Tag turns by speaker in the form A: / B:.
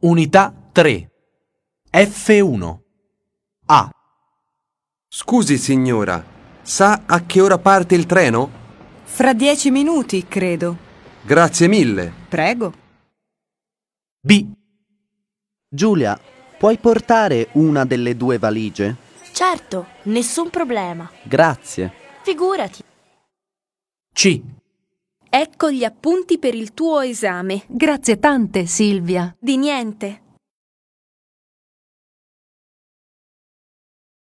A: Unità 3. F1. A.
B: Scusi signora, sa a che ora parte il treno?
C: Fra dieci minuti, credo.
B: Grazie mille.
C: Prego.
A: B.
D: Giulia, puoi portare una delle due valigie?
E: Certo, nessun problema.
D: Grazie.
E: Figurati.
A: C.
F: Ecco gli appunti per il tuo esame.
G: Grazie tante, Silvia.
F: Di niente.